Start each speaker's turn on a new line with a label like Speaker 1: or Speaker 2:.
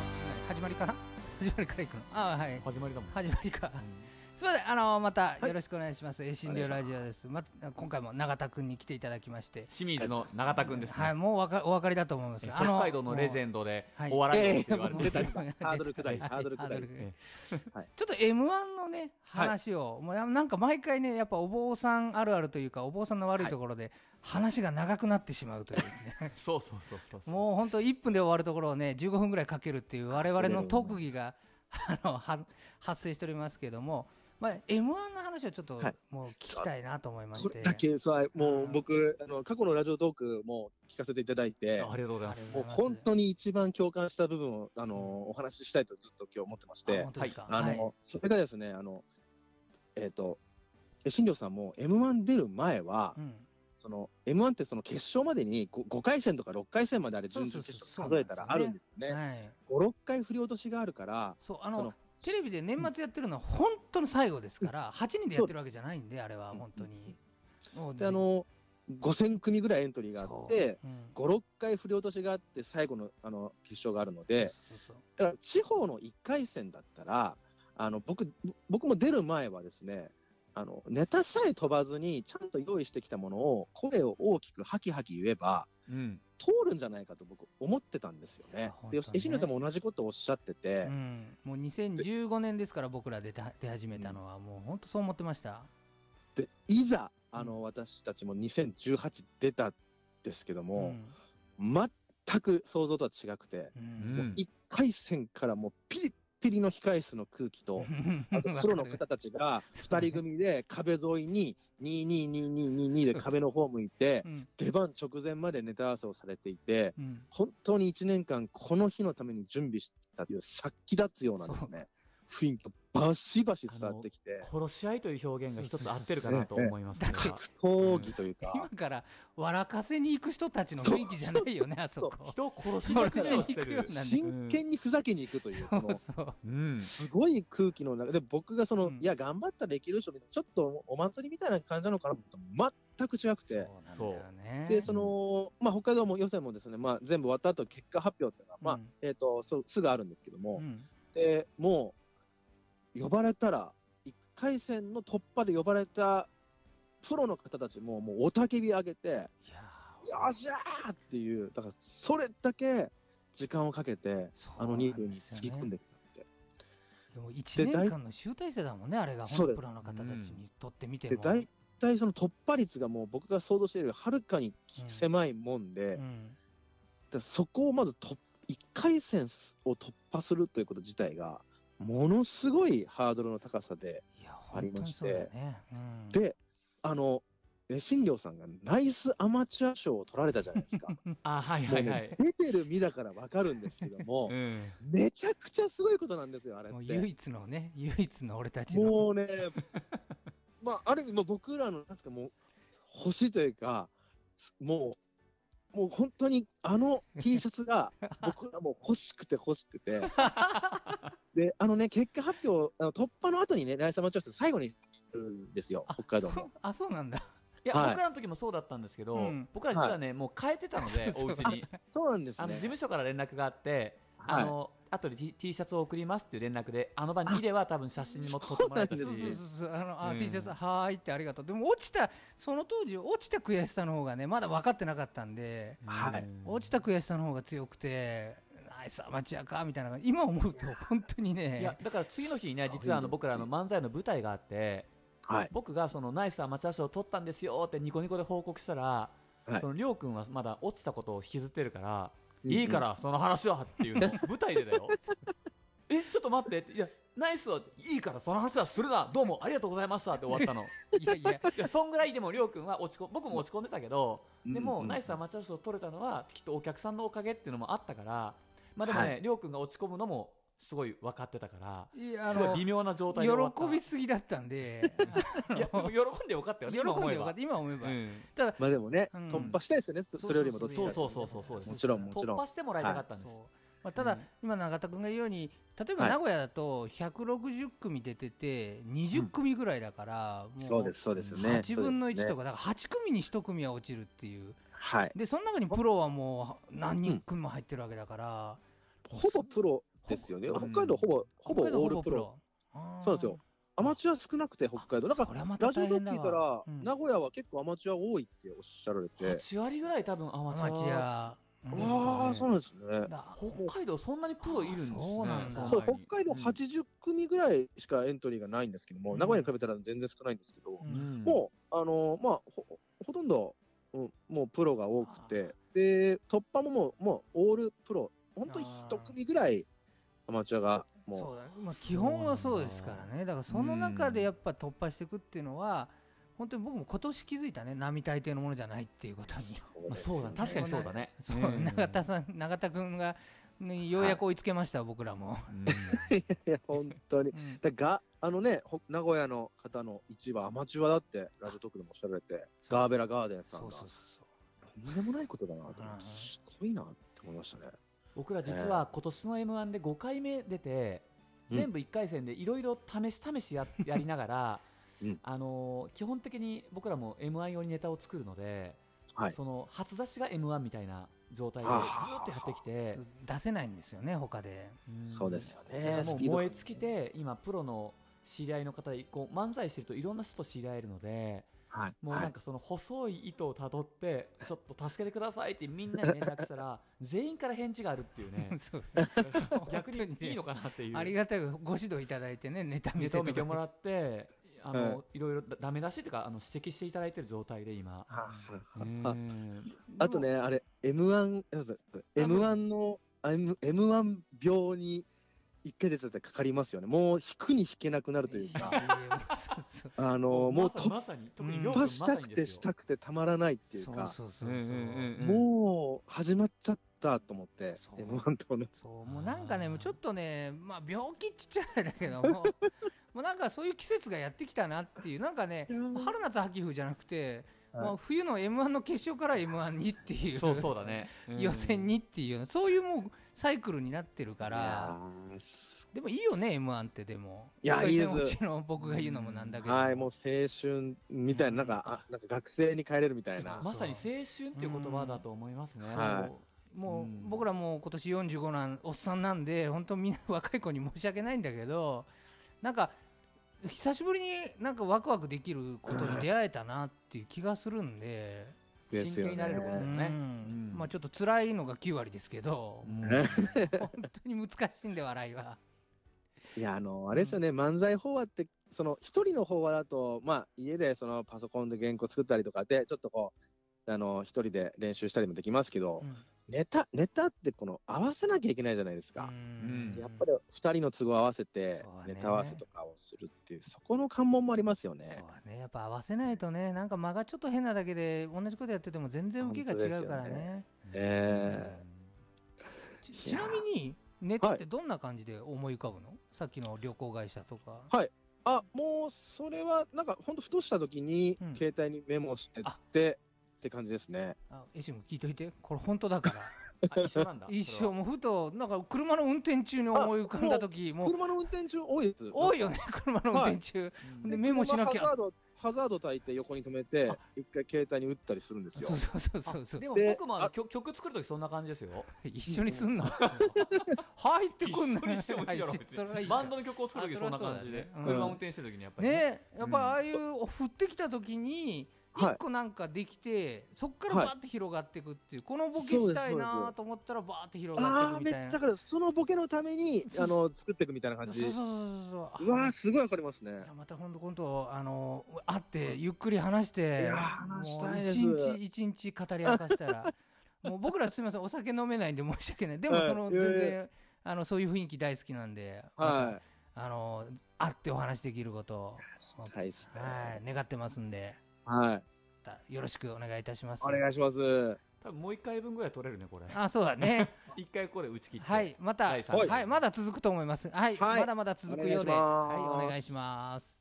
Speaker 1: から
Speaker 2: 始まりからいくのあはい
Speaker 1: 始まりだもん、
Speaker 2: 始まりか
Speaker 1: うん
Speaker 2: すみませんあのまた
Speaker 1: い
Speaker 2: よろしくお願いします、え診療ラジオですまた今回も永田君に来ていただきまして
Speaker 3: 清水の永田君ですね、
Speaker 2: はいもうわかお分かりだと思いますがあの
Speaker 3: 北海道のレジ ェンドで
Speaker 2: はい
Speaker 3: お笑いのって言われ
Speaker 2: も
Speaker 3: て
Speaker 2: う
Speaker 3: る、
Speaker 2: 出
Speaker 3: い
Speaker 2: た出
Speaker 3: や
Speaker 2: た
Speaker 4: ハードル下りハードル 下り
Speaker 2: ハ下
Speaker 3: え
Speaker 4: はい
Speaker 2: ちょっと m 1のね話を、もうやなんか毎回ねやっぱお坊さんあるあるというかお坊さんの悪いところで話が長くなってしまうというですね
Speaker 3: そうそうそうそうそう
Speaker 2: もう本当1分で終わるところをね15分ぐらいかけるっていう我々の特技があのは発生しておりますけども、まあ、m 1の話をちょっと
Speaker 4: はい
Speaker 2: もう聞きたいなと思いまし
Speaker 4: そ
Speaker 2: て、
Speaker 4: れだけさ、も
Speaker 2: あ
Speaker 4: う
Speaker 2: ー
Speaker 4: 僕、あの過去のラジオトークも聞かせていただいて、
Speaker 3: ありがとうございます
Speaker 4: もう
Speaker 2: ありがとうござい
Speaker 4: 本
Speaker 2: ます
Speaker 4: 当に一番共感した部分を、あの、お話ししたいとずっと今日思ってまし
Speaker 2: あ
Speaker 4: て
Speaker 2: 本、当ですか、
Speaker 4: あの、それがですね、あの、えっ、と、新庄さんも M1 出る前は、
Speaker 2: うん
Speaker 4: その M1 ってその決勝までに 5, 回戦とか6回戦まであれ準々決
Speaker 2: そうそうそう
Speaker 4: 勝数えたらあるんですよね。
Speaker 2: はい、
Speaker 4: 5、6回振り落としがあるから、
Speaker 2: そうあ
Speaker 4: そ
Speaker 2: の
Speaker 4: の
Speaker 2: テレビで年末やってるのは本当の最後ですから、8人でやってるわけじゃないんで、あれは本当に。もう
Speaker 4: であの5000組ぐらいエントリーがあって、、
Speaker 2: そううん
Speaker 4: 5、6回振り落としがあって、最後のあの決勝があるので、
Speaker 2: そうそうそう
Speaker 4: だから地方の1回戦だったら、あの僕僕も出る前はですね、あのネタさえ飛ばずに、ちゃんと用意してきたものを、声を大きくハキハキ言えば、
Speaker 3: うん
Speaker 4: 通るんじゃないかと僕、思ってたんですよ
Speaker 2: いや
Speaker 4: ね。
Speaker 2: 本当
Speaker 4: で、
Speaker 2: ね
Speaker 4: 石野さんも同じことをおっしゃってて、
Speaker 2: うんもう2015年ですから、僕ら出た出始めたのは、もう本当そう思ってました。
Speaker 4: でいざ、あ
Speaker 2: う
Speaker 4: の私たちも2018出たんですけど
Speaker 2: う
Speaker 4: も、
Speaker 2: ん
Speaker 4: 全く想像とは違くて、
Speaker 2: う
Speaker 3: うんん
Speaker 4: 1回戦からもうピリッピリの控え室の空気 と、あとプロの方たちが2人組で壁沿いに222222で壁の方向いて
Speaker 2: うん
Speaker 4: 出番直前までネタ合わせをされていて
Speaker 2: うん
Speaker 4: 本当に1年間この日のために準備したという殺気立つようなですね雰囲気がバシバシ伝わってきて
Speaker 3: 殺し合いという表現が一つ合ってるかなと思いますね
Speaker 4: 格闘技という
Speaker 2: 今
Speaker 4: か
Speaker 2: から笑かせに行く人たちの雰囲気じゃないよね、あそ
Speaker 4: そう
Speaker 2: こ。
Speaker 3: 人を殺しに行くようにし
Speaker 2: そ
Speaker 3: てる
Speaker 2: うなんだ
Speaker 4: 真剣にふざけに行くというこ
Speaker 2: そう
Speaker 4: の
Speaker 2: そう
Speaker 3: うん
Speaker 4: すごい空気の中で僕がその
Speaker 2: うん
Speaker 4: いや頑張ったらできるでしょみたいなちょっとお祭りみたいな感じなのかなと思ったら全く違くて。
Speaker 2: そうなんだよね。
Speaker 4: で、その、まあ、北海道も予選もですね、まあ、全部終わった後、結果発表っていうのは、まあ、
Speaker 2: うん
Speaker 4: えっ、と、そう、すぐあるんですけども、
Speaker 2: うん
Speaker 4: で、もう、呼ばれたら、1回戦の突破で呼ばれたプロの方たちも、もう、雄たけび上げて、
Speaker 2: いやー
Speaker 4: よっしゃーっていう、だから、それだけ、時間をかけて、あの2分に突き込んできたって。
Speaker 2: でも1年間の集大成だもんね、あれが、
Speaker 4: そ
Speaker 2: 本
Speaker 4: うです
Speaker 2: プロの方たちにとってみて
Speaker 4: で、
Speaker 2: も。
Speaker 4: 大体その突破率がもう、僕が想像しているより、はるかに狭いもんで、
Speaker 2: うん
Speaker 4: だからそこをまずと1回戦を突破するということ自体が、ものすごいハードルの高さで、
Speaker 2: いや、本当にそうだよね。うん
Speaker 4: で、あの、え新庄さんがナイスアマチュア賞を取られたじゃないですか。も
Speaker 3: あはいうはいは
Speaker 4: ね
Speaker 3: い
Speaker 4: 出てる身だからわかるんですけども
Speaker 3: う、ん
Speaker 4: めちゃくちゃすごいことなんですよ、あれ
Speaker 2: も
Speaker 4: っ
Speaker 2: う
Speaker 4: て。
Speaker 2: 唯一のね、唯一の俺たちの。
Speaker 4: もうね、 まあ、ある意味、まあ僕らの、なんですか、もう、星というか、もう、もう本当にあの T シャ ツが僕らもう欲しくて欲しくて。で、あのね、結果発表、あの突破の後にね、ナイスアマチュアス最後に来るんですよ、北海道
Speaker 2: そ
Speaker 4: も。
Speaker 2: う あ、そうなんだ。
Speaker 3: いや、
Speaker 4: はい
Speaker 3: 僕らの時もそうだったんですけど、
Speaker 2: うん
Speaker 3: 僕ら実はね、もう変えてたので、
Speaker 2: そうそう
Speaker 3: おうちに。
Speaker 4: そうなんです
Speaker 3: あの、事
Speaker 4: ね。
Speaker 3: 務所から連絡があって、
Speaker 4: はい
Speaker 3: あの、後で T, T シャツを送りますっていう連絡で、あの場にいれば多分写真にも撮ってもらえたし
Speaker 2: そ
Speaker 4: そうう
Speaker 2: そ
Speaker 4: な
Speaker 2: うんそ
Speaker 4: で
Speaker 2: うそうあの、あ
Speaker 3: うん
Speaker 2: T シャツ、はーいってありがとう。でも落ちた、その当時、落ちた悔しさの方がね、まだ分かってなかったんで、
Speaker 4: はい
Speaker 3: うん
Speaker 2: 落ちた悔しさの方が強くて、ナイスアマチュアか、みたいな、今思うと、本当にね、
Speaker 3: いや、だから次の日にね、実はあの僕らの漫才の舞台があって、
Speaker 4: はい。
Speaker 3: 僕がそのナイスアマチュア賞を取ったんですよってニコニコで報告したら、
Speaker 4: はい
Speaker 3: そのりょうくんはまだ落ちたことを引きずってるから、
Speaker 4: うん
Speaker 3: いいから、その話はっていうの を舞台でだよ。え、ちょっと待ってって、いや、ナイスはいいから、その話はするな、どうもありがとうございましたって終わったの。
Speaker 2: いやいや、
Speaker 3: いやそんぐらいでもりょうくんは落ちこ僕も落ち込んでたけど、
Speaker 4: うん
Speaker 3: で
Speaker 4: う
Speaker 3: も
Speaker 4: ん
Speaker 3: ナイスアマチュア賞を取れたのはきっとお客さんのおかげっていうのもあったから、まあ、でも
Speaker 4: は
Speaker 3: ね、りょうくんが落ち込むのもすごい分かってたから、
Speaker 2: いやあ
Speaker 3: すご
Speaker 2: の
Speaker 3: い微妙な状態で終わった
Speaker 2: 喜びすぎだったんで、
Speaker 3: いやでも喜んでよかったよ
Speaker 2: 喜ん
Speaker 3: ね
Speaker 2: で
Speaker 3: 今思え
Speaker 2: よか
Speaker 3: ば
Speaker 2: った、今思えば。
Speaker 3: うん
Speaker 2: ただ、
Speaker 4: まあでもね、
Speaker 2: うん
Speaker 4: 突破したいですよね、そそれよりもどっちか
Speaker 3: そう
Speaker 4: ってい
Speaker 3: そううそうそうそうです
Speaker 4: もちろん、もち
Speaker 3: 突
Speaker 4: ろん
Speaker 3: 破。してもらいたかったんです、
Speaker 2: そうまあ、ただ、
Speaker 3: うん
Speaker 2: 今、永田君が言うように、例えば
Speaker 4: はい
Speaker 2: 名古屋だと160組出てて、20組ぐらいだから、も
Speaker 4: そうです、そうですよね。
Speaker 2: 8分の1とか、
Speaker 4: か。
Speaker 2: だから8組に1組は落ちるっていう、
Speaker 4: はい。
Speaker 2: でその中にプロはもう何人組も入ってるわけだから、
Speaker 4: ほぼプロ、ですよね。
Speaker 3: うん
Speaker 4: 北海道ほぼ、ほ
Speaker 2: 北
Speaker 4: ぼ
Speaker 2: 海道
Speaker 4: オールプロ。。そうなんですよアマチュア少なくて、北海道。なん
Speaker 2: あ
Speaker 4: か
Speaker 2: それはま、た
Speaker 4: ラジオ
Speaker 2: 大
Speaker 4: で
Speaker 2: 変だ
Speaker 4: 聞
Speaker 2: わ
Speaker 4: いたら、
Speaker 2: うん
Speaker 4: 名古屋は結構アマチュア多いっておっしゃられて、
Speaker 3: 8割ぐらい多分アマ
Speaker 2: ア
Speaker 3: チュア
Speaker 2: マチュア。
Speaker 3: う
Speaker 2: うん
Speaker 3: ん
Speaker 4: ああ、そうなんですね。
Speaker 2: だ
Speaker 3: 北海道そんなにプロいるんですね
Speaker 2: あそうなんだ
Speaker 4: そう
Speaker 3: 前に
Speaker 4: 北海道80組ぐらいしかエントリーがないんですけども、
Speaker 2: うん
Speaker 4: 名古屋に比べたら全然少ないんですけど、
Speaker 2: うん
Speaker 3: ん
Speaker 4: もう、あのーまあほ、ほとんど、うん、もうプロが多くて、で、突破ももう、もうオールプロ、本当に1組ぐらいアマチュアが、
Speaker 2: そ
Speaker 4: も
Speaker 2: うだねまあ、基本はそうですからね、だからその中でやっぱ突破していくっていうのは、本当に僕も今年気づいたね、並大抵のものじゃないっていうことに、
Speaker 4: う、
Speaker 3: まあ、そうだね
Speaker 2: ね
Speaker 3: 確かにそうだね
Speaker 2: そう
Speaker 3: うん
Speaker 2: 永田さん、永田君が、ねようやく追いつけました、僕らも。
Speaker 3: うん
Speaker 4: いや、本当に。
Speaker 2: うん
Speaker 4: だが、あのね、ほ名古屋の方の一番アマチュアだって、ラジオトークでもおっしゃられて、
Speaker 2: そう
Speaker 4: ガーベラガーデン
Speaker 2: そ
Speaker 4: さ
Speaker 2: うんそう
Speaker 4: が、
Speaker 2: そう
Speaker 4: とんでもないことだなと思
Speaker 2: う
Speaker 4: っ
Speaker 2: ん
Speaker 4: て、すごいなって思いましたね。
Speaker 3: 僕ら実は今年の m 1で5回目出て
Speaker 4: うん
Speaker 3: 全部1回戦でいろいろ試し試し ややりながら、
Speaker 4: うん
Speaker 3: あのー基本的に僕らも m 1用にネタを作るので、
Speaker 4: はい
Speaker 3: その初出しが m 1みたいな状態でず
Speaker 4: は
Speaker 3: ー
Speaker 4: あはあ
Speaker 3: っとやってきて
Speaker 2: そう、出せないんですよね、他で。
Speaker 3: ん
Speaker 4: そうですよ
Speaker 3: だか
Speaker 4: ね
Speaker 3: ら。も
Speaker 4: ス
Speaker 3: う
Speaker 4: ピード
Speaker 3: 燃え尽きて今プロの知り合いの方こう漫才してるといろんな人と知り合えるので
Speaker 4: はい。
Speaker 3: もうなんかその細い糸をたどってちょっと助けてくださいってみんなに連絡したら全員から返事があるっていう ね
Speaker 2: そう
Speaker 3: 逆に
Speaker 2: 本当
Speaker 3: い
Speaker 2: に
Speaker 3: い
Speaker 2: ね
Speaker 3: のかなっていう
Speaker 2: ありがたいご指導いただいてね、ネタ見
Speaker 3: ネ
Speaker 2: せ
Speaker 3: タ
Speaker 2: と
Speaker 3: を
Speaker 2: か
Speaker 3: 見てもらってあの、、
Speaker 4: はい
Speaker 3: ろいろだダメ出しっていうかあの指摘していただいてる状態で今。
Speaker 4: はい
Speaker 3: うん
Speaker 4: あとね、あれ、M1、あそうそう
Speaker 2: あどうぞ
Speaker 4: M1 の、あ M- M1 病に一回出ちゃってかかりますよね。もう引くに引けなくなるという
Speaker 2: い
Speaker 4: か、
Speaker 2: やいやそう そう
Speaker 4: あの、も
Speaker 3: ま
Speaker 4: う
Speaker 3: さに
Speaker 4: 突
Speaker 3: まさに特に
Speaker 2: うん
Speaker 3: りょうくん
Speaker 4: 破
Speaker 3: ま
Speaker 4: し
Speaker 3: さ
Speaker 4: た
Speaker 3: に
Speaker 4: く
Speaker 3: で
Speaker 4: て
Speaker 3: す
Speaker 4: し
Speaker 3: よ
Speaker 4: たくてたまらないっていう
Speaker 2: そう
Speaker 4: か、
Speaker 2: そうそうそう。
Speaker 4: もう始まっちゃったと思って
Speaker 2: そう、
Speaker 4: M1 とね。
Speaker 2: そうもうなんか
Speaker 3: あ
Speaker 2: ね
Speaker 3: ー
Speaker 2: もうちょっとねまあ病気っちゃあれだけ どももうなんかそういう季節がやってきたなっていうなんかね春夏秋冬じゃなくて、
Speaker 4: はい
Speaker 2: まあ、冬の m 1の決勝から m 1にっていう
Speaker 3: そうそうだね、うん
Speaker 2: 予選にっていうそういうもうサイクルになってるか
Speaker 4: いや
Speaker 2: らでもいいよね m 1ってでも
Speaker 4: いや
Speaker 2: 一回戦
Speaker 4: いいです
Speaker 2: 落ちの僕が言うのもなんだけ
Speaker 4: ー
Speaker 2: ど、
Speaker 4: はい、もう青春みたいな、なんか、あなんか学生に帰れるみたいな。
Speaker 3: まさに青春っていう言葉だと思いますね。
Speaker 4: はい
Speaker 3: そう
Speaker 2: もう
Speaker 3: うん
Speaker 2: 僕らもう今年45なんおっさんなんで本当みんな若い子に申し訳ないんだけどなんか久しぶりになんかワクワクできることに出会えたなっていう気がするんで、
Speaker 4: です
Speaker 3: 真
Speaker 4: よ
Speaker 3: 剣に
Speaker 4: ね
Speaker 3: なれることだ
Speaker 2: う
Speaker 3: よ
Speaker 2: ん
Speaker 3: ね。うん
Speaker 2: まあちょっと辛いのが9割ですけど、
Speaker 3: うん
Speaker 4: ね
Speaker 2: 本当に難しいんで笑いは。
Speaker 4: いや、あの、あれですよね、漫才法話って、その、一人の法話だと、まあ、家で、その、パソコンで原稿作ったりとかで、ちょっとこう、あの、一人で練習したりもできますけど、
Speaker 2: うん
Speaker 4: ネタ、ネタって、この、合わせなきゃいけないじゃないですか。
Speaker 3: うん
Speaker 4: やっぱり、二人の都合合わせて
Speaker 2: そう、だね
Speaker 4: ネタ合わせとかをするっていう、そこの関門もありますよ
Speaker 2: そう
Speaker 4: ね。
Speaker 2: だねやっぱ合わせないとねなんか間がちょっと変なだけで同じことやってても全然受けが違うから
Speaker 4: 本当ですよ
Speaker 2: ね
Speaker 4: え
Speaker 2: ちちなみにネタってどんな感じで思い浮かぶの、さっきの旅行会社とか
Speaker 4: あ、もう、それは、なんか、ほんと、ふとした時に
Speaker 2: うん、
Speaker 4: 携帯にメモしてって、って感じですね。
Speaker 2: あエシム聞いといてこれ本当だから
Speaker 3: あ一緒なんだ。
Speaker 2: 一
Speaker 3: そ
Speaker 2: 生もうふとなんか車の運転中に思い浮かんだ時もう
Speaker 4: 車の運転中多いです。
Speaker 2: 多いよね車の運転中、
Speaker 3: れ
Speaker 2: で
Speaker 3: は。
Speaker 2: メモしなきゃ
Speaker 4: ハザード、ハザード焚いて横に止めて
Speaker 2: あ、
Speaker 4: 一回携帯に打ったりするんですよ
Speaker 2: そう。そうそうそうそ
Speaker 3: あ
Speaker 2: う
Speaker 3: でも
Speaker 4: で
Speaker 3: 僕もあの
Speaker 4: あ
Speaker 3: 曲曲作るときそんな感じです よ。
Speaker 2: 一緒にすんの入って
Speaker 3: 一
Speaker 2: く
Speaker 3: 緒
Speaker 2: んの
Speaker 3: にしてもいいやろ
Speaker 2: あ一緒
Speaker 3: 別
Speaker 2: それはい
Speaker 3: に。
Speaker 2: いじゃ
Speaker 3: バ
Speaker 2: ん
Speaker 3: ンドの曲を作るときそんな感じで
Speaker 2: あそれはそうだねうん
Speaker 3: 車運転してるときにやっぱりね。
Speaker 2: ねやっぱああいう降ってきた時に
Speaker 4: はい
Speaker 2: 一個なんかできて、そっから
Speaker 4: はい
Speaker 2: バーって広がっていくっていうこのボケしたいなと思ったらバーって広が
Speaker 4: あ
Speaker 2: っ
Speaker 4: あ
Speaker 2: ていくみ
Speaker 4: ー、めった
Speaker 2: い
Speaker 4: ち
Speaker 2: な
Speaker 4: ゃだから、そのボケのために、あの、作っていくみたいな感
Speaker 2: そうそう
Speaker 4: じ。
Speaker 2: そうそう
Speaker 4: うわー、すごいわかりますね。
Speaker 2: いやまた今度今度あの会ってゆっくり話し
Speaker 4: い
Speaker 2: て
Speaker 4: やー
Speaker 2: もう
Speaker 4: 話したいです
Speaker 2: 一日一日語り明かした らもう僕らすみませんお酒飲めないんで申し訳ないでも
Speaker 4: はい
Speaker 2: その
Speaker 4: いやい
Speaker 2: 全
Speaker 4: や
Speaker 2: 然あのそういう雰囲気大好きなんで、ま
Speaker 4: は
Speaker 2: たあの会ってお話できることを
Speaker 4: い。したいですね。
Speaker 2: はい願ってますんで
Speaker 4: はい。
Speaker 2: またよろしくお願いいたします。
Speaker 4: お願いします。
Speaker 3: 多分もう一回分ぐらい取れるねこれ。
Speaker 2: あそうだね
Speaker 3: 一回これ打ち切って。
Speaker 2: はいまたは
Speaker 3: 第
Speaker 2: い
Speaker 3: 三
Speaker 4: 弾
Speaker 2: まだ続くと思いますはい、
Speaker 4: はい
Speaker 2: まだまだ続くようで
Speaker 4: お願いします
Speaker 2: はいお願いします。